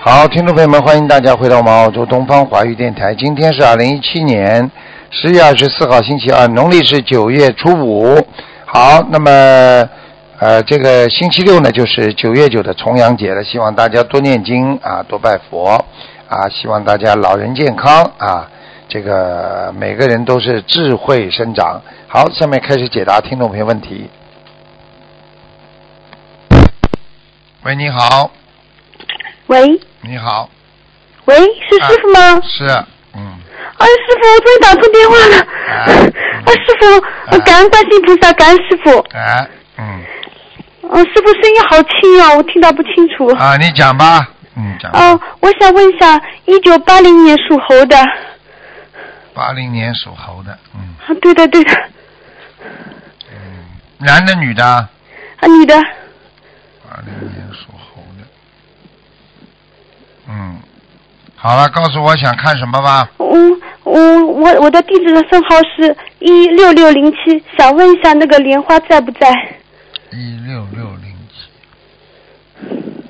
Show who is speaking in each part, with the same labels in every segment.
Speaker 1: 好，听众朋友们，欢迎大家回到我们澳洲东方华语电台。今天是二零一七年十月二十四号，星期二，农历是九月初五。好，那么呃，这个星期六呢，就是九月九的重阳节了，希望大家多念经啊，多拜佛啊，希望大家老人健康啊。这个每个人都是智慧生长。好，下面开始解答听众朋友问题。喂，你好，
Speaker 2: 喂
Speaker 1: 你好，
Speaker 2: 喂，是师傅吗？
Speaker 1: 是，嗯，
Speaker 2: 啊，师傅，我终于打通电话了。
Speaker 1: 哎
Speaker 2: 啊，师傅，啊感恩观世音菩萨，感恩师傅。
Speaker 1: 哎，嗯，
Speaker 2: 嗯、师傅声音好轻啊，我听到不清楚。
Speaker 1: 啊，你讲吧，嗯，讲吧。
Speaker 2: 啊，我想问一下，一九八零年属猴的，啊，
Speaker 1: 八零年属猴的，嗯
Speaker 2: 对的对的，
Speaker 1: 嗯，男的女的？
Speaker 2: 啊女的，
Speaker 1: 八零年属猴的，嗯，好了，告诉我想看什么吧。
Speaker 2: 嗯，我我我的地址的生号是一六六零七，想问一下那个莲花在不在？
Speaker 1: 一六六零七，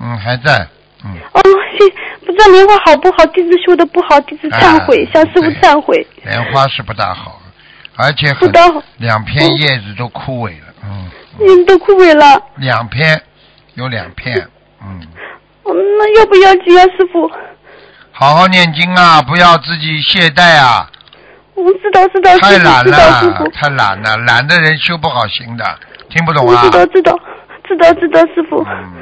Speaker 1: 嗯，还在，嗯，
Speaker 2: 哦，行，不知道莲花好不好，弟子修的不好，弟子忏悔，
Speaker 1: 啊
Speaker 2: 向师傅
Speaker 1: 对
Speaker 2: 忏悔。
Speaker 1: 莲花是不大好，而且
Speaker 2: 不
Speaker 1: 很
Speaker 2: 知道，
Speaker 1: 两片叶子都枯萎了，嗯，
Speaker 2: 人都枯萎了。
Speaker 1: 两片，有两片，嗯，
Speaker 2: 嗯，那要不要紧啊，师傅？
Speaker 1: 好好念经啊，不要自己懈怠啊。
Speaker 2: 我知道，知道，师
Speaker 1: 太
Speaker 2: 傅，
Speaker 1: 懒
Speaker 2: 知道，师
Speaker 1: 了
Speaker 2: 傅，，
Speaker 1: 太懒了，懒的人修不好心的，听不懂
Speaker 2: 我
Speaker 1: 啊
Speaker 2: 知？道，知道，知道，知道，师傅。
Speaker 1: 嗯，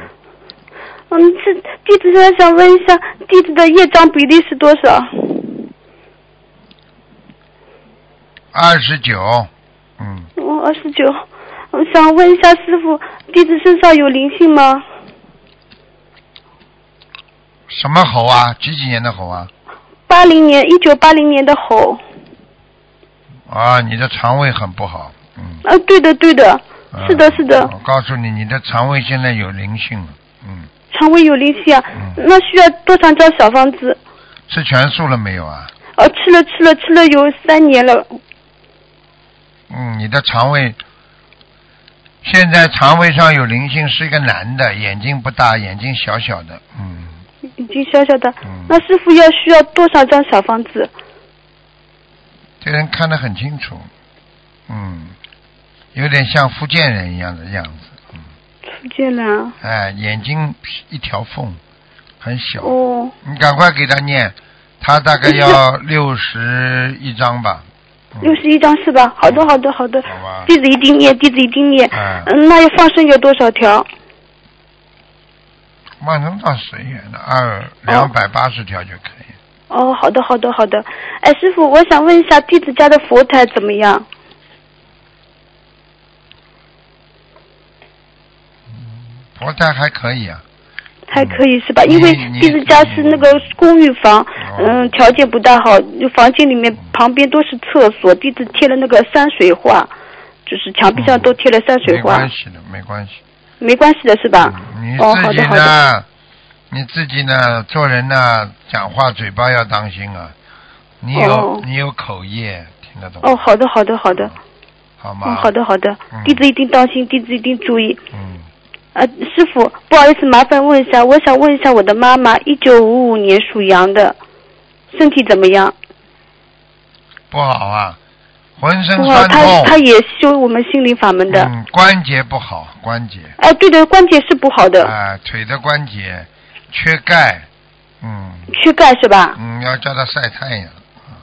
Speaker 2: 嗯，这弟子现在想问一下，弟子的业障比例是多少？
Speaker 1: 二十九，嗯，
Speaker 2: 嗯，二十九。我想问一下师傅，弟子身上有灵性吗？
Speaker 1: 什么猴啊？几几年的猴啊？
Speaker 2: 八零年，一九八零年的猴。
Speaker 1: 啊，你的肠胃很不好，嗯，
Speaker 2: 啊，对的，对的，
Speaker 1: 嗯
Speaker 2: 是的，是的，
Speaker 1: 我告诉你，你的肠胃现在有灵性了，嗯，
Speaker 2: 肠胃有灵性啊。
Speaker 1: 嗯
Speaker 2: 那需要多少张小房子？
Speaker 1: 吃全素了没有啊？
Speaker 2: 呃，吃了吃了吃了有三年了，
Speaker 1: 嗯，你的肠胃现在肠胃上有灵性，是一个男的，眼睛不大，眼睛小小的，嗯
Speaker 2: 已经小小的。那
Speaker 1: 嗯，
Speaker 2: 师傅要需要多少张小房子？
Speaker 1: 这人看得很清楚，嗯，有点像福建人一样的样子。
Speaker 2: 福建人啊。
Speaker 1: 哎，眼睛一条缝，很小。
Speaker 2: 哦，
Speaker 1: 你赶快给他念，他大概 要六十一张吧。嗯
Speaker 2: 六十一张是吧？好的，好的，好的。
Speaker 1: 好吧。
Speaker 2: 弟子一定念，弟子一定念。
Speaker 1: 哎，
Speaker 2: 嗯，那要放生有多少条？
Speaker 1: 慢能到随缘的，二两百八十条就可以。
Speaker 2: 哦，好的，好的，好的。哎，师傅，我想问一下弟子家的佛台怎么样？
Speaker 1: 嗯
Speaker 2: 哦
Speaker 1: 佛台还可以啊，
Speaker 2: 还可以是吧？
Speaker 1: 你
Speaker 2: 因为
Speaker 1: 你哦
Speaker 2: 弟子家是那个公寓房，嗯，条件不大好，就房间里面旁边都是厕所，弟子贴了那个山水画，就是墙壁上都贴了山水
Speaker 1: 嗯没
Speaker 2: 画
Speaker 1: 关，系的，没关系。
Speaker 2: 没关系的是吧？
Speaker 1: 你
Speaker 2: 哦，
Speaker 1: 自
Speaker 2: 好
Speaker 1: 己
Speaker 2: 的，好的。
Speaker 1: 呢，你自己呢，做人呢，讲话嘴巴要当心啊。你有
Speaker 2: 哦
Speaker 1: 你有口业，听得懂吗？
Speaker 2: 哦，好的，好的，好的。
Speaker 1: 好
Speaker 2: 嗯，
Speaker 1: 吗？
Speaker 2: 好。的好的
Speaker 1: 嗯，
Speaker 2: 弟子一定当心，弟子一定注意。
Speaker 1: 嗯，
Speaker 2: 呃，师傅，不好意思，麻烦问一下，我想问一下我的妈妈，一九五五年属羊的，身体怎么样？
Speaker 1: 不好啊，浑身
Speaker 2: 哇，
Speaker 1: 酸
Speaker 2: 哦她
Speaker 1: 痛。
Speaker 2: 她也修我们心灵法门的。
Speaker 1: 哦嗯，关节不好，关节
Speaker 2: 哎，对的，关节是不好的，
Speaker 1: 啊、腿的关节缺钙，嗯
Speaker 2: 缺钙是吧？
Speaker 1: 嗯，要叫他晒太阳。嗯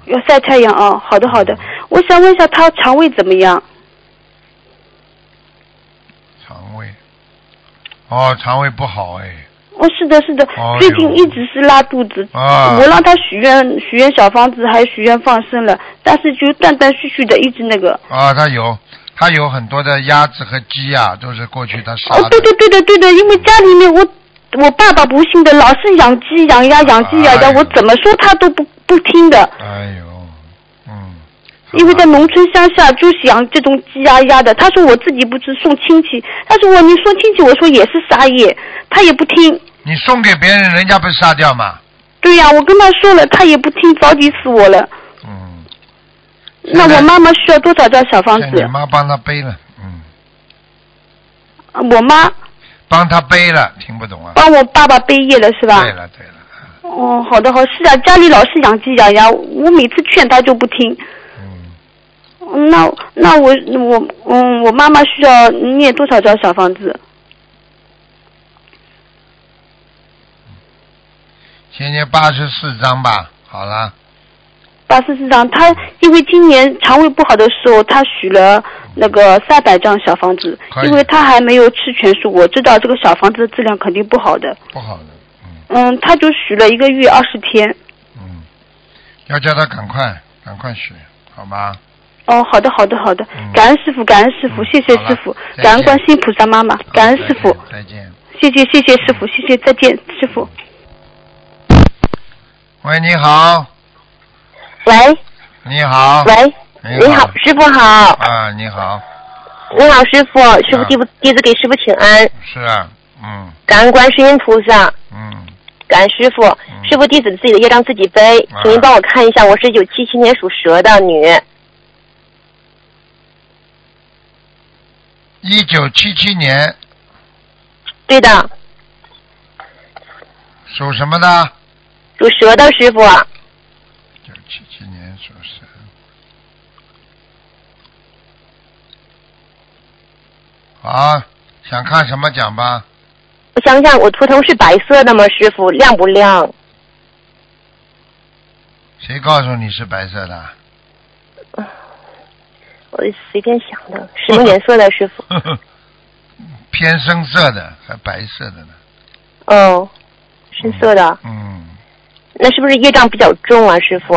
Speaker 2: 要晒太阳哦。好的好的，我想问一下她肠胃怎么样？
Speaker 1: 肠胃，哦，肠胃不好哎，
Speaker 2: 哦，是的，是的
Speaker 1: 哎呦，
Speaker 2: 最近一直是拉肚子。
Speaker 1: 啊
Speaker 2: 我让她许愿，许愿小房子，还许愿放生了，但是就断断续续的，一直那个。
Speaker 1: 啊，他有他有很多的鸭子和鸡呀、都是过去他杀
Speaker 2: 哦，
Speaker 1: 的
Speaker 2: 对。对对的对的，因为家里面我我爸爸不信的，老是养鸡养鸭养鸡养
Speaker 1: 哎
Speaker 2: 鸭，
Speaker 1: 呦
Speaker 2: 我怎么说他都不不听的。
Speaker 1: 哎呦，嗯，
Speaker 2: 因为在
Speaker 1: 好吧
Speaker 2: 农村乡下就是养这种鸡鸭鸭的，他说我自己不吃送亲戚，他说我你说亲戚，我说也是杀业，他也不听。
Speaker 1: 你送给别人，人家不是杀掉吗？
Speaker 2: 对呀、我跟他说了，他也不听，着急死我了。
Speaker 1: 嗯，现
Speaker 2: 那
Speaker 1: 在
Speaker 2: 我妈妈需要多少张小房
Speaker 1: 现在
Speaker 2: 子
Speaker 1: 你？妈帮他背了，嗯，
Speaker 2: 啊我妈
Speaker 1: 帮他背了，听不懂啊？
Speaker 2: 帮我爸爸背业了是吧？
Speaker 1: 对了对了，
Speaker 2: 哦，好的好，是啊，家里老是养鸡养鸭，我每次劝他就不听。
Speaker 1: 嗯，
Speaker 2: 嗯那那我我嗯，我妈妈需要念多少张小房子？
Speaker 1: 现在八十四章吧，好了，
Speaker 2: 八十四张。他因为今年肠胃不好的时候，他许了那个三百张小房子
Speaker 1: 可，以
Speaker 2: 因为他还没有吃全素，我知道这个小房子的质量肯定不好的。
Speaker 1: 不好的，嗯
Speaker 2: 嗯，他就许了一个月二十天。
Speaker 1: 嗯，要叫他赶快赶快学，好吗？
Speaker 2: 哦，好的，好的，好的
Speaker 1: 嗯，
Speaker 2: 感恩师傅，感恩师傅，
Speaker 1: 嗯
Speaker 2: 谢谢
Speaker 1: 好了
Speaker 2: 师傅，
Speaker 1: 再见
Speaker 2: 感恩观世音菩萨妈妈，感恩
Speaker 1: 好
Speaker 2: 师傅，
Speaker 1: 再见再见。
Speaker 2: 谢谢，谢谢师傅，谢谢，再见，师傅。
Speaker 1: 喂，你好，
Speaker 3: 喂
Speaker 1: 你好，
Speaker 3: 喂，
Speaker 1: 啊你
Speaker 3: 你好，师傅好，
Speaker 1: 啊，你好，
Speaker 3: 你好，师傅，师傅
Speaker 1: 啊
Speaker 3: 弟子弟子给师傅请安，
Speaker 1: 是啊，嗯
Speaker 3: 感恩观世音菩萨，
Speaker 1: 嗯，
Speaker 3: 感恩师傅，
Speaker 1: 嗯啊
Speaker 3: 师傅弟子自己的业障自己背，请您帮我看一下，我是一九七七年属蛇的女，
Speaker 1: 一九七七年
Speaker 3: 对的，
Speaker 1: 属什么的？
Speaker 3: 属蛇的师傅，
Speaker 1: 一九七七年属蛇。好，想看什么讲吧？
Speaker 3: 我想想，我图腾是白色的吗？师傅亮不亮？
Speaker 1: 谁告诉你是白色的？
Speaker 3: 我随便想的，什么颜色的师傅？
Speaker 1: 偏深色的，还白色的呢？
Speaker 3: 哦，深色的，
Speaker 1: 嗯，
Speaker 3: 那是不是业障比较重啊，师傅？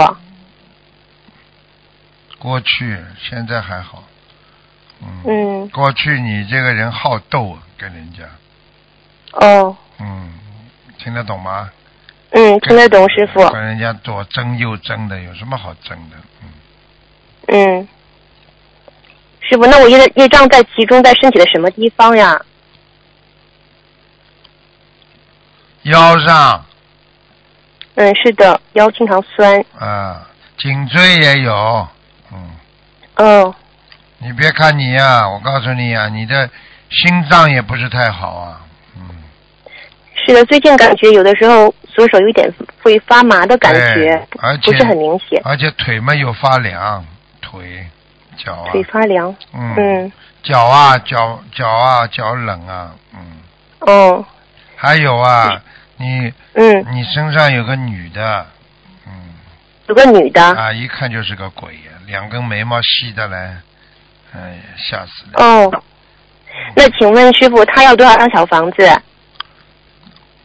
Speaker 1: 过去现在还好。嗯。
Speaker 3: 嗯，
Speaker 1: 过去你这个人好斗啊，跟人家。
Speaker 3: 哦，
Speaker 1: 嗯，听得懂吗？
Speaker 3: 嗯，听得懂，师傅，
Speaker 1: 跟人家左争右争的，有什么好争的？嗯，
Speaker 3: 嗯，师傅，那我业业障在集中在身体的什么地方呀？
Speaker 1: 腰上
Speaker 3: 嗯，是的，腰经常酸。
Speaker 1: 啊，颈椎也有，嗯，
Speaker 3: 嗯，
Speaker 1: 你别看你呀、我告诉你呀、你的心脏也不是太好啊，嗯，
Speaker 3: 是的，最近感觉有的时候左手有一点会发麻的感觉
Speaker 1: 对哎而，且
Speaker 3: 不是很明显，
Speaker 1: 而且腿嘛有发凉，腿、脚啊，
Speaker 3: 腿发凉。
Speaker 1: 嗯，
Speaker 3: 嗯，
Speaker 1: 脚啊，脚脚啊，脚冷啊，嗯，
Speaker 3: 哦，
Speaker 1: 还有啊，你
Speaker 3: 嗯，
Speaker 1: 你身上有个女的，嗯，
Speaker 3: 有个女的。
Speaker 1: 啊，一看就是个鬼呀、两根眉毛细的嘞，哎呀，吓死人！
Speaker 3: 哦，那请问师傅，她要多少张小房子？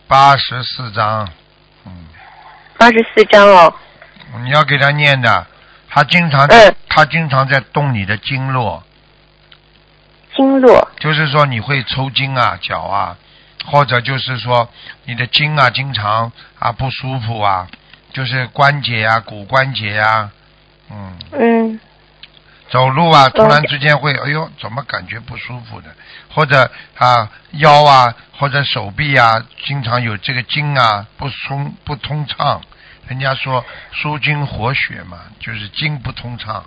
Speaker 1: 八十四张，嗯。
Speaker 3: 八十四张 哦。
Speaker 1: 你要给他念的，他经常在、
Speaker 3: 嗯，
Speaker 1: 他经常在动你的经络，
Speaker 3: 经络。
Speaker 1: 就是说你会抽筋啊、脚啊，或者就是说你的筋啊经常啊不舒服啊，就是关节啊、骨关节啊，嗯，
Speaker 3: 嗯，
Speaker 1: 走路啊突然
Speaker 3: 嗯
Speaker 1: 之间会，哎呦，怎么感觉不舒服的？或者啊腰啊或者手臂啊，经常有这个筋啊不松不通畅。人家说舒筋活血嘛，就是筋不通畅，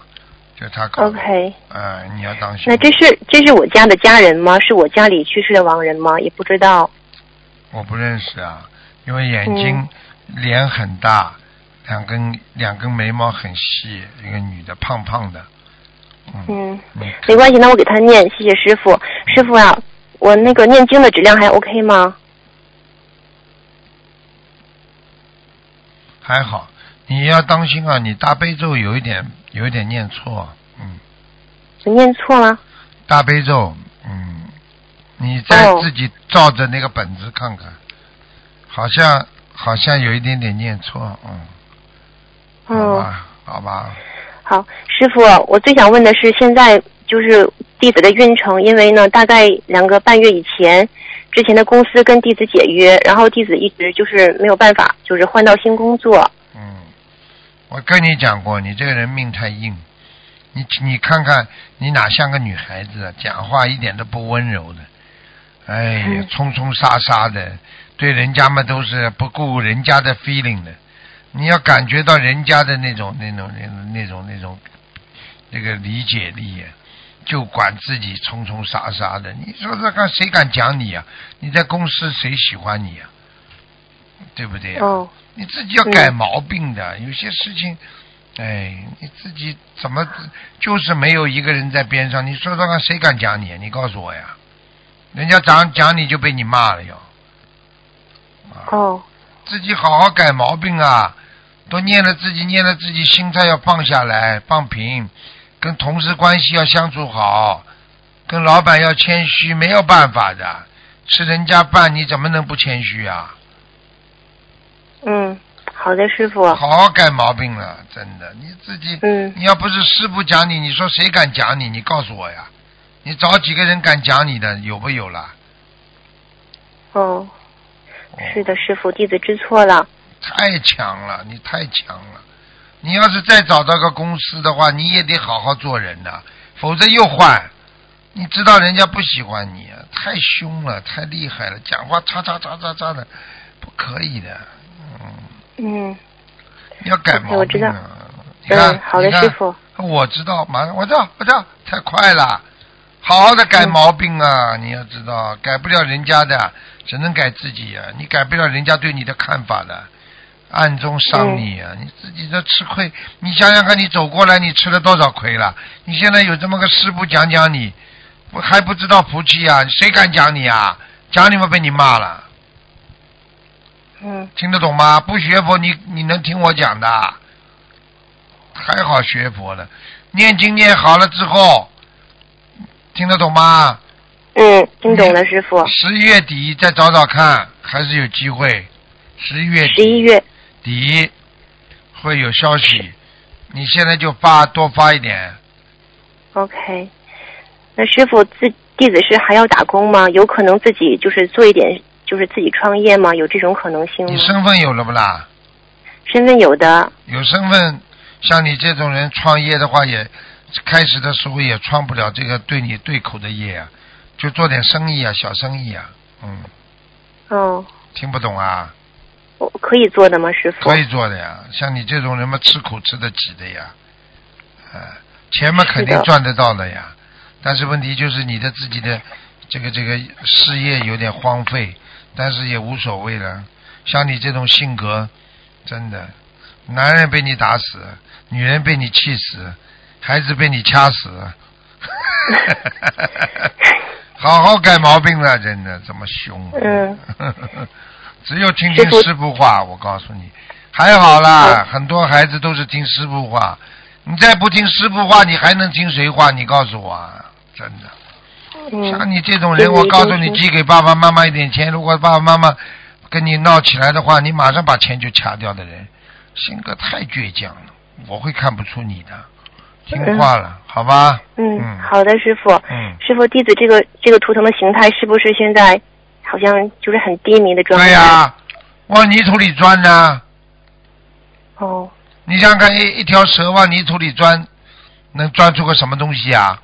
Speaker 1: 就他搞的。
Speaker 3: OK。
Speaker 1: 哎，你要当心。
Speaker 3: 那这是这是我家的家人吗？是我家里去世的亡人吗？也不知道。
Speaker 1: 我不认识啊，因为眼
Speaker 3: 嗯
Speaker 1: 睛、脸很大，两根两根眉毛很细，一个女的胖胖的，嗯，
Speaker 3: 嗯，
Speaker 1: 你
Speaker 3: 没关系，那我给他念，谢谢师傅。师傅啊，我那个念经的质量还 OK 吗？
Speaker 1: 还好，你要当心啊，你大悲咒有一点有一点念错，嗯，
Speaker 3: 我念错了？
Speaker 1: 大悲咒，嗯，你再
Speaker 3: 哦
Speaker 1: 自己照着那个本子看看，好像好像有一点点念错，嗯，好
Speaker 3: 哦，
Speaker 1: 吧，好吧，
Speaker 3: 好，师傅，我最想问的是，现在就是弟子的运程，因为呢，大概两个半月以前，之前的公司跟弟子解约，然后弟子一直就是没有办法，就是换到新工作。
Speaker 1: 嗯，我跟你讲过，你这个人命太硬，你你看看你哪像个女孩子，啊，讲话一点都不温柔的，哎呀
Speaker 3: 嗯，
Speaker 1: 冲冲杀杀的，对人家嘛都是不顾人家的 feeling 的，你要感觉到人家的那种那种那种那种那种那个理解力啊，就管自己冲冲杀杀的，你说这看谁敢讲你啊？你在公司谁喜欢你啊？对不对啊？
Speaker 3: 哦，
Speaker 1: 你自己要改毛病的，有些事情，哎，你自己怎么就是没有一个人在边上？你说说看，谁敢讲你？你告诉我呀！人家讲讲你就被你骂了哟。啊
Speaker 3: 哦，
Speaker 1: 自己好好改毛病啊！多念了自己，念了自己，心态要放下来，放平，跟同事关系要相处好，跟老板要谦虚，没有办法的，吃人家饭你怎么能不谦虚啊？
Speaker 3: 嗯，好的，师傅。
Speaker 1: 好好改毛病了，真的，你自己，
Speaker 3: 嗯，
Speaker 1: 你要不是师傅讲你，你说谁敢讲你？你告诉我呀！你找几个人敢讲你的，有没有啦？
Speaker 3: 哦，
Speaker 1: 哦
Speaker 3: 是的，师傅，弟子知错了。
Speaker 1: 太强了，你太强了。你要是再找到个公司的话，你也得好好做人呐、否则又换。你知道人家不喜欢你、啊，太凶了，太厉害了，讲话叉叉叉叉叉的，不可以的。嗯，
Speaker 3: 嗯，
Speaker 1: 你要改
Speaker 3: OK，
Speaker 1: 毛
Speaker 3: 我知
Speaker 1: 病
Speaker 3: 道
Speaker 1: 啊！你看
Speaker 3: 嗯，，好的
Speaker 1: 你，看
Speaker 3: 师傅。
Speaker 1: 我知道，马上我知道，我知道，太快了，好好的改毛病啊！你要知道，改不了人家的，只能改自己呀、你改不了人家对你的看法的，暗中伤你啊！你自己这吃亏，你想想看，你走过来，你吃了多少亏了？你现在有这么个师傅讲讲你，我还不知道福气啊！谁敢讲你啊？讲你们被你骂了，
Speaker 3: 嗯
Speaker 1: 听得懂吗？不学佛，你你能听我讲的？还好学佛了，念经念好了之后，听得懂吗？
Speaker 3: 嗯，听懂了，师傅。
Speaker 1: 十一月底再找找看，还是有机会。十一月底
Speaker 3: 十一月，
Speaker 1: 底会有消息，你现在就发多发一点。
Speaker 3: OK，那师傅自弟子是还要打工吗？有可能自己就是做一点，就是自己创业吗？有这种可能性吗
Speaker 1: 你？身份有了不啦？
Speaker 3: 身份有的，
Speaker 1: 有身份，像你这种人创业的话也，开始的时候也创不了这个对你对口的业啊，就做点生意啊，小生意啊，嗯，
Speaker 3: 嗯，
Speaker 1: 听不懂啊？
Speaker 3: 我可以做的吗，师傅
Speaker 1: 可？以做的呀，像你这种人嘛，吃苦吃得起的呀，啊，钱嘛肯定
Speaker 3: 是的
Speaker 1: 赚得到的呀，但是问题就是你的自己的这个这个事业有点荒废，但是也无所谓了。像你这种性格，真的，男人被你打死，女人被你气死，孩子被你掐 死，好好改毛病了，真的这么凶。
Speaker 3: 嗯，
Speaker 1: 只有听听
Speaker 3: 师父
Speaker 1: 师傅话，我告诉你，还好啦，很多孩子都是听师傅话。你再不听师傅话，你还能听谁话？你告诉我，啊，真的。像
Speaker 3: 嗯，
Speaker 1: 你这种
Speaker 3: 对
Speaker 1: 人，我
Speaker 3: 你
Speaker 1: 告
Speaker 3: 就
Speaker 1: 诉你，
Speaker 3: 是
Speaker 1: 寄给爸爸妈妈一点钱，如果爸爸妈妈跟你闹起来的话，你马上把钱就掐掉的人，性格太倔强了，我会看不出你的。听话了，好吧？嗯
Speaker 3: 嗯，好的，师傅。
Speaker 1: 嗯，
Speaker 3: 师傅，弟子这个这个图腾的形态是不是现在好像就是很低迷的状态？
Speaker 1: 对呀、往泥土里钻呢、
Speaker 3: 哦，
Speaker 1: 你想想看，一一条蛇往泥土里钻，能钻出个什么东西啊？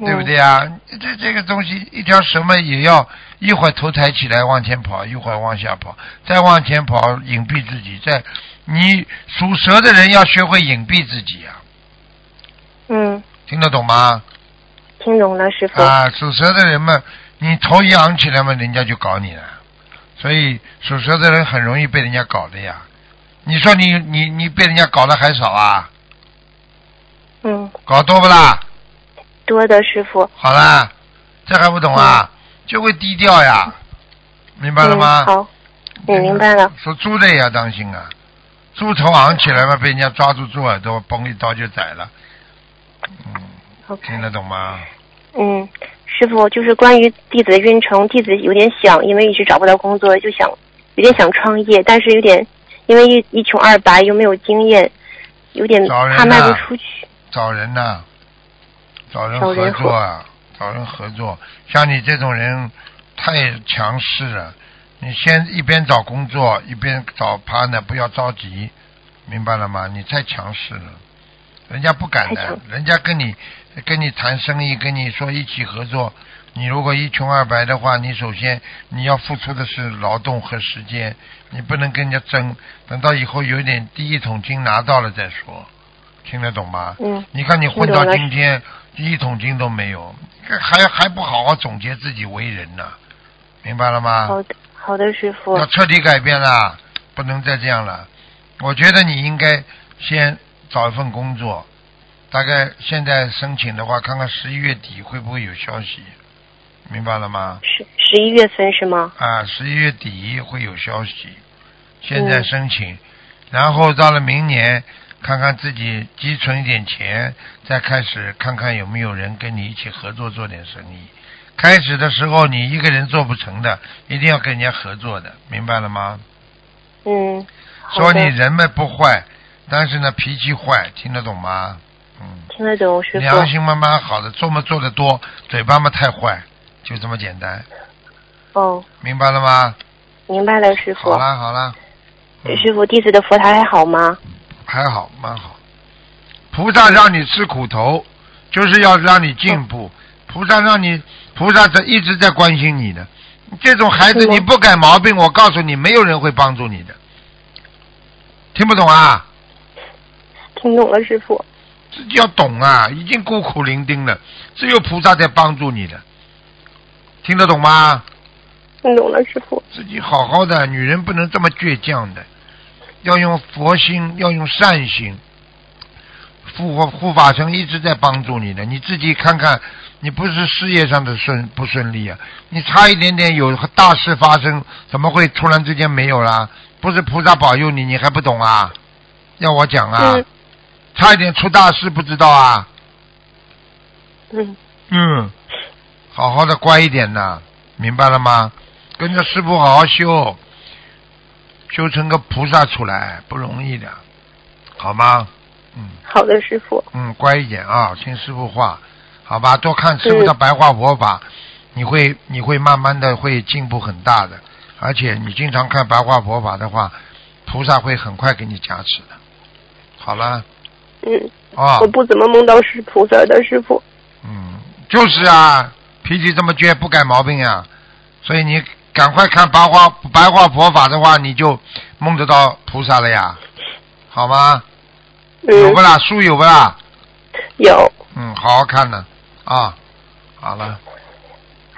Speaker 3: 嗯
Speaker 1: 对不？对啊？这这个东西，一条蛇嘛，也要一会儿头抬起来往前跑，一会儿往下跑，再往前跑，隐蔽自己。再，你属蛇的人要学会隐蔽自己啊，
Speaker 3: 嗯，
Speaker 1: 听得懂吗？
Speaker 3: 听懂了，师傅。
Speaker 1: 啊，属蛇的人嘛，你头一昂起来嘛，人家就搞你了。所以属蛇的人很容易被人家搞的呀。你说你你你被人家搞的还少啊？
Speaker 3: 嗯，
Speaker 1: 搞多不啦？
Speaker 3: 多的师傅。
Speaker 1: 好啦，这还不懂啊？就会低调呀，明白了吗
Speaker 3: 嗯，？好，我明白了。
Speaker 1: 说猪的也要当心啊，猪头昂起来嘛，
Speaker 3: 嗯
Speaker 1: 被人家抓住猪耳朵，嘣一刀就宰了。嗯，
Speaker 3: OK
Speaker 1: 听。得懂吗？
Speaker 3: 嗯，师傅，就是关于弟子的运程，弟子有点想，因为一直找不到工作，就想有点想创业，但是有点因为一一穷二白，又没有经验，有点
Speaker 1: 找人
Speaker 3: 怕卖不
Speaker 1: 呐
Speaker 3: 出去。
Speaker 1: 找人呐、找人
Speaker 3: 找
Speaker 1: 合
Speaker 3: 人
Speaker 1: 作啊，找人合作。像你这种人太强势了，你先一边找工作一边找 partner，不要着急，明白了吗？你太强势了，人家不敢
Speaker 3: 太
Speaker 1: 的
Speaker 3: 强，
Speaker 1: 人家跟你跟你谈生意，跟你说一起合作。你如果一穷二白的话，你首先你要付出的是劳动和时间，你不能跟人家争，等到以后有点第一桶金拿到了再说，听得懂吗？
Speaker 3: 嗯，
Speaker 1: 你看你混到
Speaker 3: 听懂了
Speaker 1: 今天，一桶金都没有，还还不好好总结自己为人呢，明白了吗？
Speaker 3: 好的，好的，师傅。
Speaker 1: 要彻底改变啦，不能再这样了。我觉得你应该先找一份工作，大概现在申请的话，看看十一月底会不会有消息，明白了吗？
Speaker 3: 十十一月份是吗？
Speaker 1: 啊，十一月底会有消息，现在
Speaker 3: 嗯
Speaker 1: 申请，然后到了明年看看自己积存一点钱，再开始看看有没有人跟你一起合作做点生意。开始的时候你一个人做不成的，一定要跟人家合作的，明白了吗？
Speaker 3: 嗯，好
Speaker 1: 说
Speaker 3: 的
Speaker 1: 你人们不坏，但是呢脾气坏，听得懂吗？嗯，
Speaker 3: 听得懂，师
Speaker 1: 良
Speaker 3: 傅。
Speaker 1: 心嘛蛮好的，做嘛做的多，嘴巴嘛太坏，就这么简单，
Speaker 3: 哦，
Speaker 1: 明白了吗？
Speaker 3: 明白了，师傅
Speaker 1: 好。啦好啦，嗯
Speaker 3: 师傅，弟子的佛台还好吗？
Speaker 1: 还好蛮好。菩萨让你吃苦头，就是要让你进步。菩萨让你，菩萨在一直在关心你的。这种孩子
Speaker 3: 是吗
Speaker 1: 你不改毛病，我告诉你，没有人会帮助你的。听不懂啊？
Speaker 3: 听懂了，师傅。
Speaker 1: 自己要懂啊，已经孤苦伶仃了，只有菩萨在帮助你的，听得懂吗？
Speaker 3: 听懂了，师傅。
Speaker 1: 自己好好的，女人不能这么倔强的，要用佛心，要用善心。护护法神一直在帮助你的，你自己看看，你不是事业上的顺不顺利啊？你差一点点有大事发生，怎么会突然之间没有啦？不是菩萨保佑你，你还不懂啊？要我讲啊？
Speaker 3: 嗯
Speaker 1: 差一点出大事，不知道啊？
Speaker 3: 嗯，
Speaker 1: 嗯，好好的乖一点呐，明白了吗？跟着师傅好好修，修成个菩萨出来不容易的，好吗？嗯
Speaker 3: 好的，师傅。
Speaker 1: 嗯，乖一点啊，听师傅话，好吧？多看师傅的
Speaker 3: 嗯
Speaker 1: 白话佛法，你会你会慢慢的会进步很大的，而且你经常看白话佛法的话，菩萨会很快给你加持的。好了
Speaker 3: 嗯，
Speaker 1: 啊
Speaker 3: 我，不怎么梦到是菩萨的，师傅。
Speaker 1: 嗯，就是啊，脾气这么倔，不改毛病啊，所以你赶快看白话白话佛法的话，你就梦得到菩萨了呀，好吗？有
Speaker 3: 嗯
Speaker 1: 不，啦？书有不啦？
Speaker 3: 有。
Speaker 1: 嗯，好好看呢，啊，好了，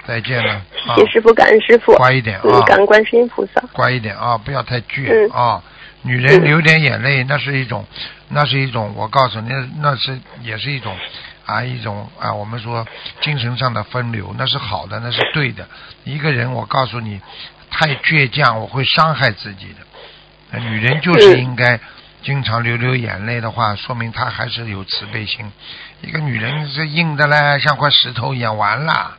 Speaker 1: 再见了，啊
Speaker 3: 谢，谢师傅，感恩师傅。
Speaker 1: 乖一点啊
Speaker 3: 嗯，，感恩观世音菩萨。
Speaker 1: 乖一点啊，不要太倔
Speaker 3: 嗯
Speaker 1: 啊。女人
Speaker 3: 嗯
Speaker 1: 流点眼泪，那是一种，那是一种，我告诉你，那那是也是一种啊，一种啊，我们说精神上的分流，那是好的，那是对的。一个人，我告诉你，太倔强，我会伤害自己的。呃女人就是
Speaker 3: 嗯
Speaker 1: 应该经常流流眼泪的话，说明她还是有慈悲心。一个女人是硬的嘞，像块石头一样，完了。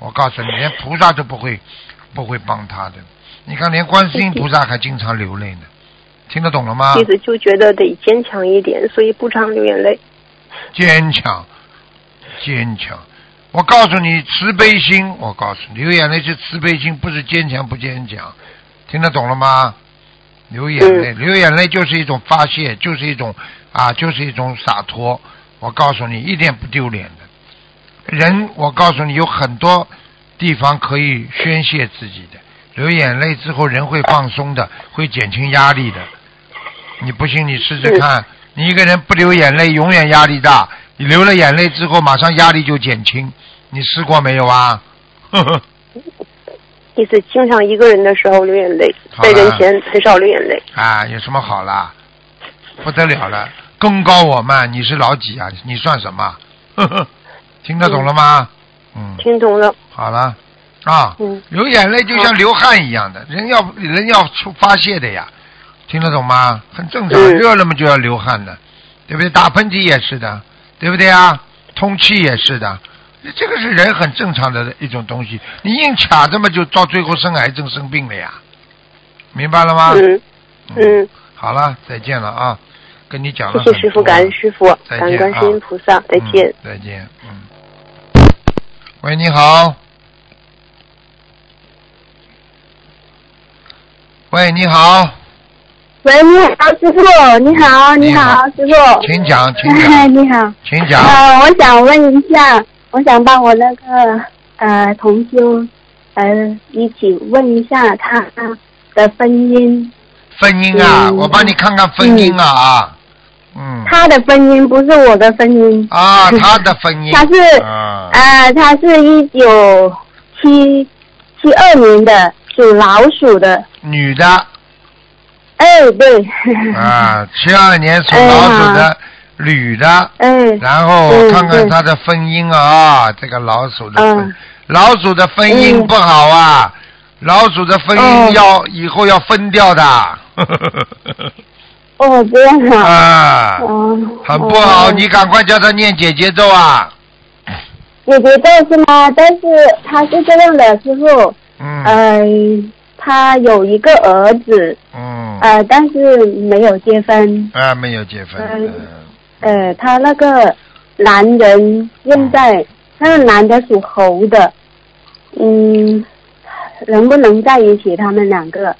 Speaker 1: 我告诉你，连菩萨都不会不会帮她的。你看，连观世音菩萨还经常流泪呢，听得懂了吗？
Speaker 3: 弟子就觉得得坚强一点，所以不常流眼泪。
Speaker 1: 坚强，坚强。我告诉你，慈悲心，我告诉你，流眼泪是慈悲心，不是坚强不坚强，听得懂了吗？流眼泪，流眼泪就是一种发泄，就是一种啊，就是一种洒脱。我告诉你，一点不丢脸的。人，我告诉你，有很多地方可以宣泄自己的。流眼泪之后，人会放松的，会减轻压力的。你不信，你试试看。你一个人不流眼泪，永远压力大。你流了眼泪之后，马上压力就减轻。你试过没有啊？ 呵呵，
Speaker 3: 弟子经常一个人的时候流眼泪，
Speaker 1: 好啊
Speaker 3: 在
Speaker 1: 了
Speaker 3: 人前很少流眼泪。
Speaker 1: 啊，有什么好啦？不得了了，功高我慢，你是老几啊？你算什么？ 呵呵，听得懂了吗？嗯，
Speaker 3: 听懂了，
Speaker 1: 好了，啊，
Speaker 3: 嗯
Speaker 1: 流眼泪就像流汗一样的，人要人要出发泄的呀，听得懂吗？很正常，
Speaker 3: 嗯
Speaker 1: 热了嘛就要流汗的，对不对？打喷嚏也是的，对不对啊？通气也是的，这个是人很正常的一种东西。你硬卡着嘛，就到最后生癌症生病了呀，明白了吗？
Speaker 3: 嗯嗯，
Speaker 1: 好了，再见了啊！跟你讲了
Speaker 3: 谢
Speaker 1: 很多
Speaker 3: 谢
Speaker 1: 了，
Speaker 3: 师傅，感恩师傅，
Speaker 1: 啊再
Speaker 3: 感恩
Speaker 1: 见啊
Speaker 3: 观世音菩萨，再见。
Speaker 1: 嗯再见，嗯。喂，你好。喂，你好，
Speaker 4: 喂，你好，师傅，你好，
Speaker 1: 你
Speaker 4: 你
Speaker 1: 好
Speaker 4: 好，师傅，
Speaker 1: 请讲，请
Speaker 4: 哎，
Speaker 1: 讲，
Speaker 4: 你好，
Speaker 1: 请讲。
Speaker 4: 呃，我想问一下，我想帮我那个呃同修，呃，一起问一下他的婚姻，
Speaker 1: 婚姻啊，
Speaker 4: 嗯
Speaker 1: 我帮你看看婚姻啊啊，嗯
Speaker 4: 他的婚姻不是我的婚姻，
Speaker 1: 啊，他的婚姻，
Speaker 4: 他是
Speaker 1: 啊
Speaker 4: 呃，他是一九七七二年的，属老鼠的。
Speaker 1: 女的
Speaker 4: 哎，对，嗯
Speaker 1: 啊，七二年属老鼠的女的，
Speaker 4: 哎，
Speaker 1: 然后
Speaker 4: 嗯
Speaker 1: 看看
Speaker 4: 哎对
Speaker 1: 他的婚姻啊，这个老鼠的婚
Speaker 4: 嗯，
Speaker 1: 老鼠的婚姻
Speaker 4: 嗯
Speaker 1: 不好啊，老鼠的婚姻
Speaker 4: 哦
Speaker 1: 要以后要分掉的，
Speaker 4: 哦，这样啊，
Speaker 1: 啊，
Speaker 4: 哦，
Speaker 1: 很不好，
Speaker 4: 哦
Speaker 1: 你赶快叫他念姐姐咒啊，
Speaker 4: 你觉得是吗？但是他是这样的，师傅，
Speaker 1: 嗯
Speaker 4: 嗯、他有一个儿子，
Speaker 1: 嗯，
Speaker 4: 呃，但是没有结婚，
Speaker 1: 啊，没有结婚，
Speaker 4: 嗯
Speaker 1: 嗯
Speaker 4: 呃，他那个男人现
Speaker 1: 嗯
Speaker 4: 在那个男的属猴的，嗯，能不能在一起？他们两个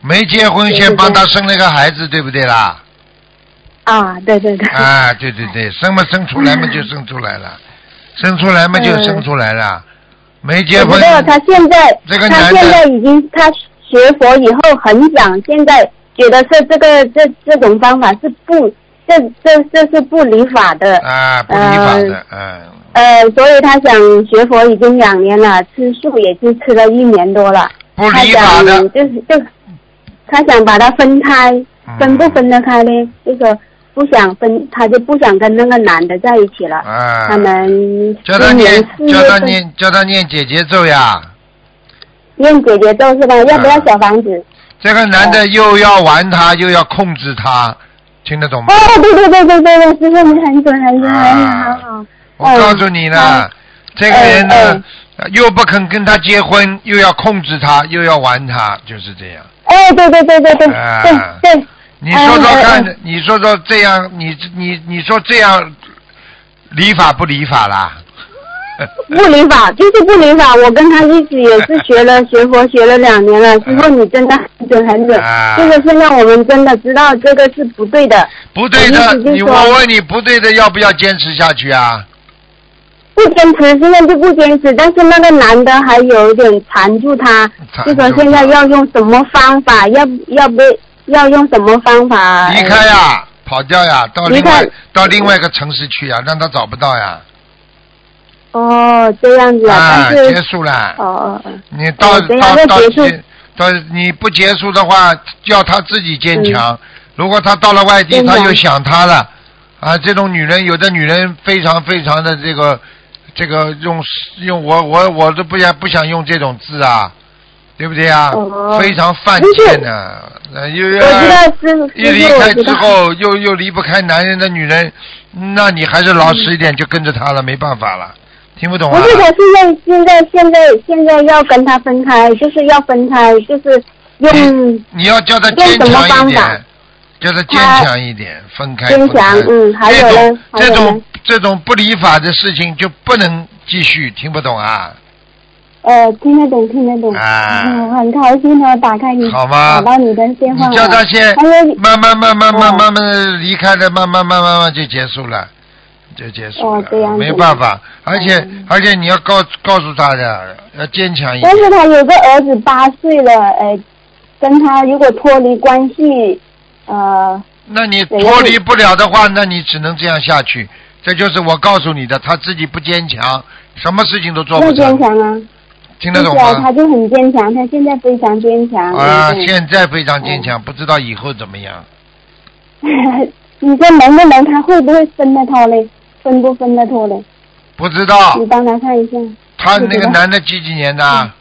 Speaker 1: 没结婚先帮他生了个孩子，对不对啦？
Speaker 4: 啊，对对对，
Speaker 1: 啊，对对对，生嘛生出来嘛就生出来了，生出来嘛就生出来了，没结
Speaker 4: 我
Speaker 1: 婚
Speaker 4: 知道他现在
Speaker 1: 这个
Speaker 4: 他
Speaker 1: 男的
Speaker 4: 现在已经他学佛以后很想，现在觉得是这个这这种方法是不这这这是不理法的，
Speaker 1: 啊不理法的，嗯
Speaker 4: 呃，所以他想学佛已经两年了，吃素也是吃了一年多了。
Speaker 1: 不
Speaker 4: 他
Speaker 1: 理法
Speaker 4: 想
Speaker 1: 的，
Speaker 4: 就是就他想把它分开，
Speaker 1: 啊嗯
Speaker 4: 分不分得开呢？就说不想分，他就不想跟那个男的在一起了。
Speaker 1: 啊
Speaker 4: 他，们
Speaker 1: 叫他
Speaker 4: 今年
Speaker 1: 念
Speaker 4: 四
Speaker 1: 叫
Speaker 4: 月
Speaker 1: 他
Speaker 4: 份
Speaker 1: 念叫他念姐姐咒呀，
Speaker 4: 念姐姐咒是
Speaker 1: 啊
Speaker 4: 吧？要不要小房子？
Speaker 1: 这个男的又要玩他又要控制他，听得懂吗？
Speaker 4: 哦，对对对对对对，师傅你很准很准，哎
Speaker 1: 啊
Speaker 4: 呀，好好。
Speaker 1: 我告诉你了
Speaker 4: 嗯，
Speaker 1: 这个人呢
Speaker 4: 嗯，
Speaker 1: 又不肯跟他结婚，又要控制他，又要玩他，就是这样。
Speaker 4: 哎，对对对对对对
Speaker 1: 啊
Speaker 4: 对，
Speaker 1: 你说说
Speaker 4: 哎哎
Speaker 1: 看，你说说这样，你你你说这样，理法不理法啦？
Speaker 4: 不理法就是不理法。我跟他一起也是学了学佛学了两年了，师傅你真的很准很准
Speaker 1: 啊。
Speaker 4: 就是现在我们真的知道这个是不对的。
Speaker 1: 不对的，
Speaker 4: 我意思就是
Speaker 1: 你
Speaker 4: 说
Speaker 1: 我问你，不对的要不要坚持下去啊？
Speaker 4: 不坚持，现在就不坚持，但是那个男的还有一点缠住他，
Speaker 1: 缠住
Speaker 4: 就
Speaker 1: 他
Speaker 4: 说现在要用什么方法，要要不要用什么方法？
Speaker 1: 离开呀、跑掉呀、到
Speaker 4: 哎离
Speaker 1: 另外
Speaker 4: 开
Speaker 1: 到另外一个城市去呀、让他找不到呀、
Speaker 4: 哦，这样子
Speaker 1: 啊，
Speaker 4: 啊，但
Speaker 1: 结
Speaker 4: 是
Speaker 1: 束了。
Speaker 4: 哦哦哦，
Speaker 1: 你到
Speaker 4: 哦等一
Speaker 1: 到
Speaker 4: 下再
Speaker 1: 到
Speaker 4: 结束
Speaker 1: 结到你不结束的话，要他自己坚强。
Speaker 4: 嗯
Speaker 1: 如果他到了外地，
Speaker 4: 坚
Speaker 1: 他
Speaker 4: 强
Speaker 1: 又想他了，啊，这种女人，有的女人非常非常的这个这个用用我我我都不想不想用这种字啊，对不对啊？
Speaker 4: 哦
Speaker 1: 非常犯贱呢、呃又
Speaker 4: 我知道
Speaker 1: 要
Speaker 4: 师傅，
Speaker 1: 一离
Speaker 4: 师傅我
Speaker 1: 开
Speaker 4: 知
Speaker 1: 之
Speaker 4: 道，
Speaker 1: 后，又又离不开男人的女人，那你还是老实一点，就跟着他了，没办法了，听不懂
Speaker 4: 不
Speaker 1: 啊？
Speaker 4: 是他现在现在现在现在要跟他分开，就是要分开，就是 用
Speaker 1: 你要叫他坚
Speaker 4: 用什
Speaker 1: 强
Speaker 4: 么
Speaker 1: 一
Speaker 4: 方法
Speaker 1: 点，叫他坚强一点，分开。
Speaker 4: 坚
Speaker 1: 分开
Speaker 4: 强嗯还有
Speaker 1: 这种
Speaker 4: 呢还
Speaker 1: 这
Speaker 4: 有
Speaker 1: 种
Speaker 4: 呢
Speaker 1: 这种不理法的事情就不能继续，听不懂啊？
Speaker 4: 呃听得懂听得懂，
Speaker 1: 啊
Speaker 4: 嗯，很高兴我打开你
Speaker 1: 好吗
Speaker 4: 打到你的电
Speaker 1: 你
Speaker 4: 话了，
Speaker 1: 叫他先
Speaker 4: 还有
Speaker 1: 慢慢慢慢慢
Speaker 4: 啊哎哦
Speaker 1: 慢慢离开了，慢慢慢慢慢就结束了，就结束
Speaker 4: 哦这
Speaker 1: 了，
Speaker 4: 样
Speaker 1: 没
Speaker 4: 子哦
Speaker 1: 办法。而且而且你要告告诉他的，要坚强一点
Speaker 4: 但。是他有个儿子八岁了，呃，跟他如果脱离关系，呃，
Speaker 1: 那你
Speaker 4: 对
Speaker 1: 脱
Speaker 4: 因为
Speaker 1: 离不了的话，那你只能这样下去。这就是我告诉你的，他自己不坚强，什么事情都做
Speaker 4: 要
Speaker 1: 不
Speaker 4: 坚
Speaker 1: 成，
Speaker 4: 强啊，
Speaker 1: 听得
Speaker 4: 是
Speaker 1: 懂
Speaker 4: 啊，
Speaker 1: 吗
Speaker 4: 他？就很坚强，他现在非常坚强。
Speaker 1: 啊，
Speaker 4: 嗯
Speaker 1: 现在非常坚强，不知道以后怎么样。
Speaker 4: 对 你说能不能他会不会分得脱嘞？分不分得脱嘞？
Speaker 1: 不知道
Speaker 4: 你帮他看一下，
Speaker 1: 他那
Speaker 4: 嗯不知
Speaker 1: 个
Speaker 4: 道嗯
Speaker 1: 男的几几年的啊？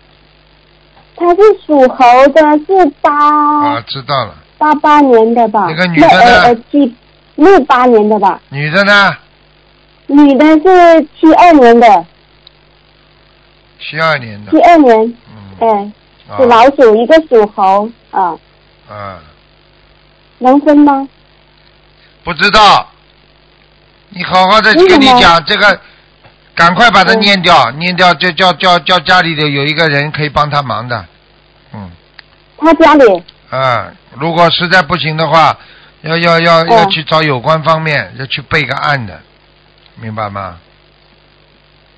Speaker 4: 他是属猴的，是八
Speaker 1: 啊，知道了。
Speaker 4: 八八年的吧？
Speaker 1: 那个女的呢
Speaker 4: 呃呃七六八年的吧？
Speaker 1: 女的呢？
Speaker 4: 女的是七二年的，
Speaker 1: 嗯七二年的
Speaker 4: 七。二年，
Speaker 1: 嗯。
Speaker 4: 哎，属老鼠，一个属猴啊，
Speaker 1: 啊。啊，
Speaker 4: 能分吗？
Speaker 1: 不知道。你好好的
Speaker 4: 为
Speaker 1: 跟你
Speaker 4: 什么
Speaker 1: 讲这个，赶快把它
Speaker 4: 嗯
Speaker 1: 念掉，念掉就叫叫叫家里头有一个人可以帮他忙的。嗯。
Speaker 4: 他家里
Speaker 1: 啊，如果实在不行的话，要要要要
Speaker 4: 嗯
Speaker 1: 去找有关方面，要去备个案的，明白吗？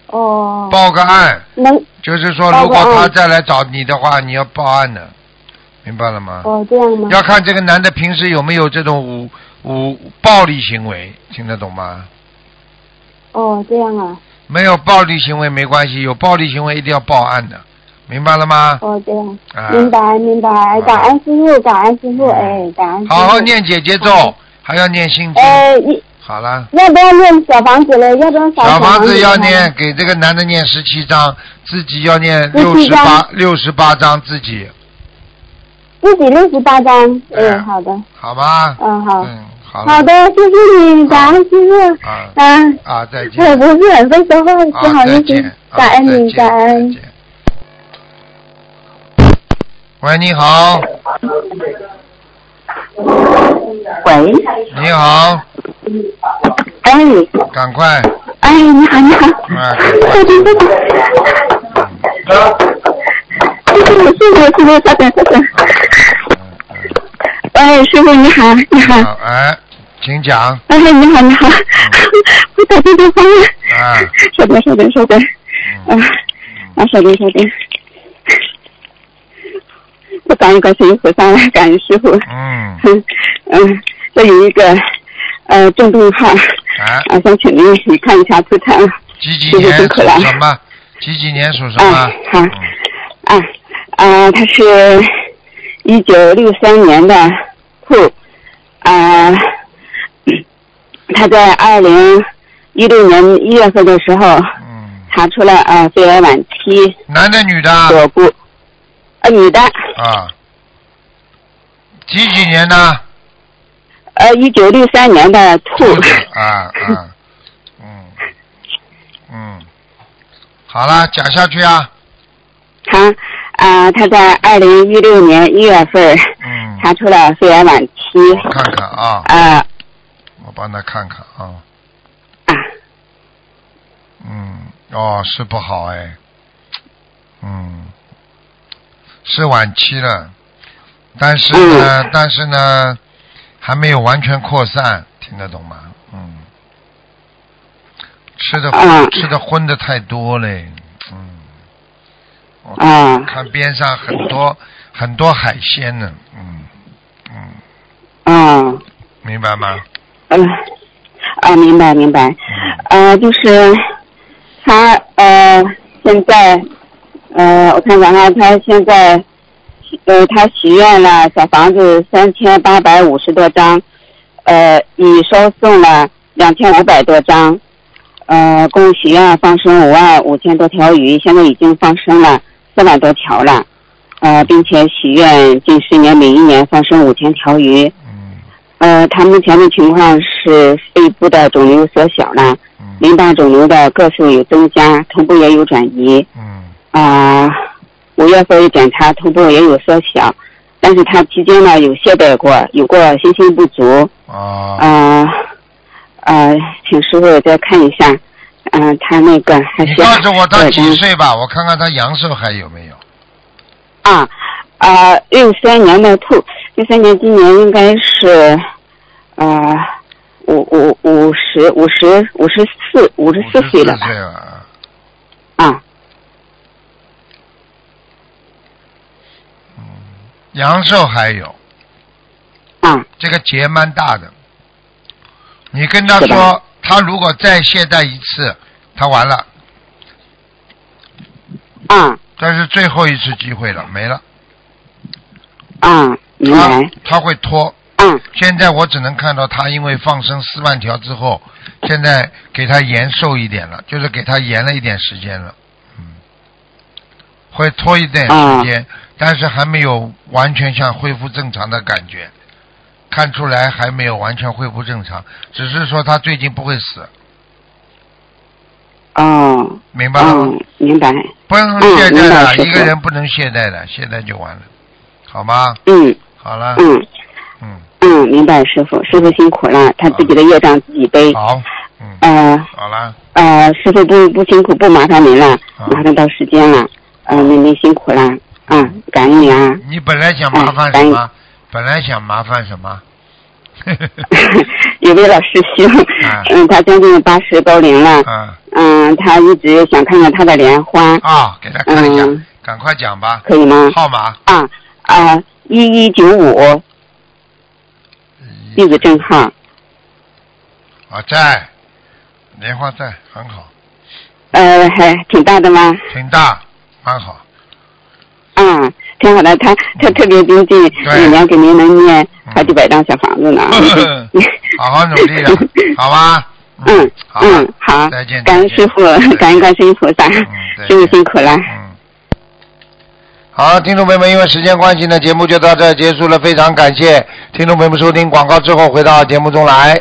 Speaker 4: 哦，
Speaker 1: 报个案，
Speaker 4: 能
Speaker 1: 就是说，
Speaker 4: 报
Speaker 1: 如
Speaker 4: 哦个
Speaker 1: 果他
Speaker 4: 案
Speaker 1: 再来找你的话，你要报案的，明白了吗？
Speaker 4: 哦，这样吗？
Speaker 1: 啊要看这个男的平时有没有这种武武暴力行为，听得懂吗？
Speaker 4: 哦，这样啊，
Speaker 1: 没有暴力行为没关系，有暴力行为一定要报案的，明白了吗？
Speaker 4: 哦，这样，
Speaker 1: 啊，
Speaker 4: 明白明白，感恩师傅，感恩师傅，
Speaker 1: 嗯
Speaker 4: 哎，感恩师傅。
Speaker 1: 好好。念姐姐咒，还要念心经。
Speaker 4: 哎，你
Speaker 1: 好了，
Speaker 4: 要不要念小房子嘞？要不要扫
Speaker 1: 小
Speaker 4: 房
Speaker 1: 房子
Speaker 4: 给
Speaker 1: 要
Speaker 4: 他
Speaker 1: 念，给这个男的念十七章，自己要念六
Speaker 4: 67
Speaker 1: 十八
Speaker 4: 章
Speaker 1: 六十八章自己，
Speaker 4: 自己六十八张。
Speaker 1: 哎
Speaker 4: 嗯，好的，
Speaker 1: 好吗？
Speaker 4: 嗯好。
Speaker 1: 嗯，好了。
Speaker 4: 好的，谢谢你，感恩师傅。
Speaker 1: 啊
Speaker 4: 嗯，
Speaker 1: 啊，再见。
Speaker 4: 我不是很会说话，不
Speaker 1: 啊，
Speaker 4: 好
Speaker 1: 再
Speaker 4: 意思
Speaker 1: 见，，啊
Speaker 4: 感恩你，
Speaker 1: 再见
Speaker 4: 感
Speaker 1: 再
Speaker 4: 恩。
Speaker 1: 见喂，你好，
Speaker 5: 喂，
Speaker 1: 你好，
Speaker 5: 哎，
Speaker 1: 赶快，
Speaker 5: 哎，你好，你好，嗯
Speaker 1: 啊，
Speaker 5: 对对对对，谢谢你，谢谢师傅，稍等稍等，
Speaker 1: 嗯嗯
Speaker 5: 喂，哎师傅你好，你好，
Speaker 1: 好，哎，请讲，
Speaker 5: 哎，你好，你好，我打电话
Speaker 1: 啊
Speaker 5: 了，稍等稍等稍等，啊
Speaker 1: 嗯，
Speaker 5: 啊，稍等稍等，我感恩观世音菩萨，感恩师傅，
Speaker 1: 嗯，
Speaker 5: 嗯嗯，这有一个呃震动号，
Speaker 1: 哎，
Speaker 5: 啊，想请您你看一下啊资产。
Speaker 1: 几几年
Speaker 5: 辛
Speaker 1: 属
Speaker 5: 苦了
Speaker 1: 什么？几几年属什么
Speaker 5: 啊？，好，啊啊，他是一九六三年的兔，啊，嗯他在二零一六年一月份的时候
Speaker 1: 嗯，
Speaker 5: 查出了啊肺癌晚期
Speaker 1: 男的女的？
Speaker 5: 左骨，呃女的，
Speaker 1: 啊，几几年的？
Speaker 5: 呃一九六三年的兔，
Speaker 1: 啊啊，嗯嗯，好了，讲下去啊，
Speaker 5: 他啊他在二零一六年一月份
Speaker 1: 嗯，
Speaker 5: 查出了肺癌晚期，
Speaker 1: 我看看啊，
Speaker 5: 啊
Speaker 1: 我帮他看看啊，
Speaker 5: 啊
Speaker 1: 嗯，哦，是不好哎，嗯，是晚期了，但是呢，
Speaker 5: 嗯
Speaker 1: 但是呢，还没有完全扩散，听得懂吗？嗯，吃的、
Speaker 5: 啊
Speaker 1: 吃的荤的太多嘞，嗯。我
Speaker 5: 啊
Speaker 1: 看边上很多很多海鲜呢，嗯嗯，
Speaker 5: 啊。
Speaker 1: 明白吗？
Speaker 5: 嗯，啊，明白明白，呃，就是他呃现在呃我看看啊，他现在呃他许愿了小房子三千八百五十多张，呃已收送了两千五百多张，呃共许愿放生五万五千多条鱼，现在已经放生了四万多条了，呃并且许愿近十年每一年放生五千条鱼。
Speaker 1: 嗯
Speaker 5: 呃，他目前的情况是肺部的肿瘤缩小了，
Speaker 1: 嗯
Speaker 5: 淋巴肿瘤的个数有增加，头部也有转移。
Speaker 1: 嗯
Speaker 5: 啊、五月份检查头部也有缩小，但是他期间呢有懈怠过，有过信心不足。
Speaker 1: 啊，
Speaker 5: 啊、呃，请师傅再看一下，嗯、他那个还
Speaker 1: 你
Speaker 5: 需要
Speaker 1: 告诉我他
Speaker 5: 多少
Speaker 1: 几
Speaker 5: 张
Speaker 1: 岁吧，我看看他阳寿还有没有。
Speaker 5: 啊，啊，六三年的兔，六三年今年应该是，呃，五五五十五十五十四五十
Speaker 1: 54
Speaker 5: 四岁
Speaker 1: 岁
Speaker 5: 了吧？
Speaker 1: 了啊，
Speaker 5: 啊，
Speaker 1: 阳寿还有，
Speaker 5: 啊，
Speaker 1: 这个劫蛮大的。你跟他
Speaker 5: 是吧
Speaker 1: 说，他如果再懈怠一次，他完了，
Speaker 5: 啊，
Speaker 1: 这是最后一次机会了，没了。
Speaker 5: 啊，明
Speaker 1: 他
Speaker 5: 白，
Speaker 1: 他会拖，
Speaker 5: 啊，
Speaker 1: 现在我只能看到他因为放生四万条之后，现在给他延寿一点了，就是给他延了一点时间了，嗯，会拖一点时
Speaker 5: 啊
Speaker 1: 间，但是还没有完全像恢复正常的感觉，看出来还没有完全恢复正常，只是说他最近不会死，
Speaker 5: 哦，
Speaker 1: 明白了吗？
Speaker 5: 哦，明白，
Speaker 1: 不能
Speaker 5: 嗯
Speaker 1: 懈怠
Speaker 5: 明白
Speaker 1: 的，
Speaker 5: 师傅
Speaker 1: 一个人不能懈怠的，懈怠就完了，好吗？
Speaker 5: 嗯
Speaker 1: 好了，
Speaker 5: 嗯
Speaker 1: 嗯，
Speaker 5: 嗯，明白，师傅，师傅辛苦了，他自己的业障自己背。
Speaker 1: 好，嗯，
Speaker 5: 呃
Speaker 1: 好了，
Speaker 5: 呃，师傅不不辛苦，不麻烦您了，
Speaker 1: 好
Speaker 5: 马上到时间了，嗯、您您辛苦了，啊，感恩您啊。
Speaker 1: 你本来想麻烦
Speaker 5: 哎
Speaker 1: 什么？本来想麻烦什 么？
Speaker 5: 有位老师兄
Speaker 1: 啊，
Speaker 5: 嗯，他将近八十高龄了，
Speaker 1: 啊
Speaker 5: 嗯，他一直想看看他的莲花，
Speaker 1: 啊，给他看一下
Speaker 5: 嗯，
Speaker 1: 赶快讲吧。
Speaker 5: 可以吗？
Speaker 1: 号码
Speaker 5: 啊啊，一一九五弟子嗯证号。
Speaker 1: 啊，在，莲花在，很好，
Speaker 5: 呃，还挺大的吗？
Speaker 1: 挺大，蛮好。
Speaker 5: 啊、挺好的。他他特别精进，
Speaker 1: 嗯对嗯
Speaker 5: 每年给您能念好几百张小房子呢。
Speaker 1: 好好努力 了，好吧？
Speaker 5: 嗯
Speaker 1: 好，
Speaker 5: 嗯，好，
Speaker 1: 再见
Speaker 5: 感恩
Speaker 1: 再见
Speaker 5: 师傅
Speaker 1: 再见，
Speaker 5: 感恩观世音 菩萨，
Speaker 1: 嗯，再
Speaker 5: 师
Speaker 1: 见
Speaker 5: 傅辛苦了。
Speaker 1: 嗯，好，听众朋友们，因为时间关系呢，节目就到这儿结束了。非常感谢听众朋友们收听广告之后回到节目中来。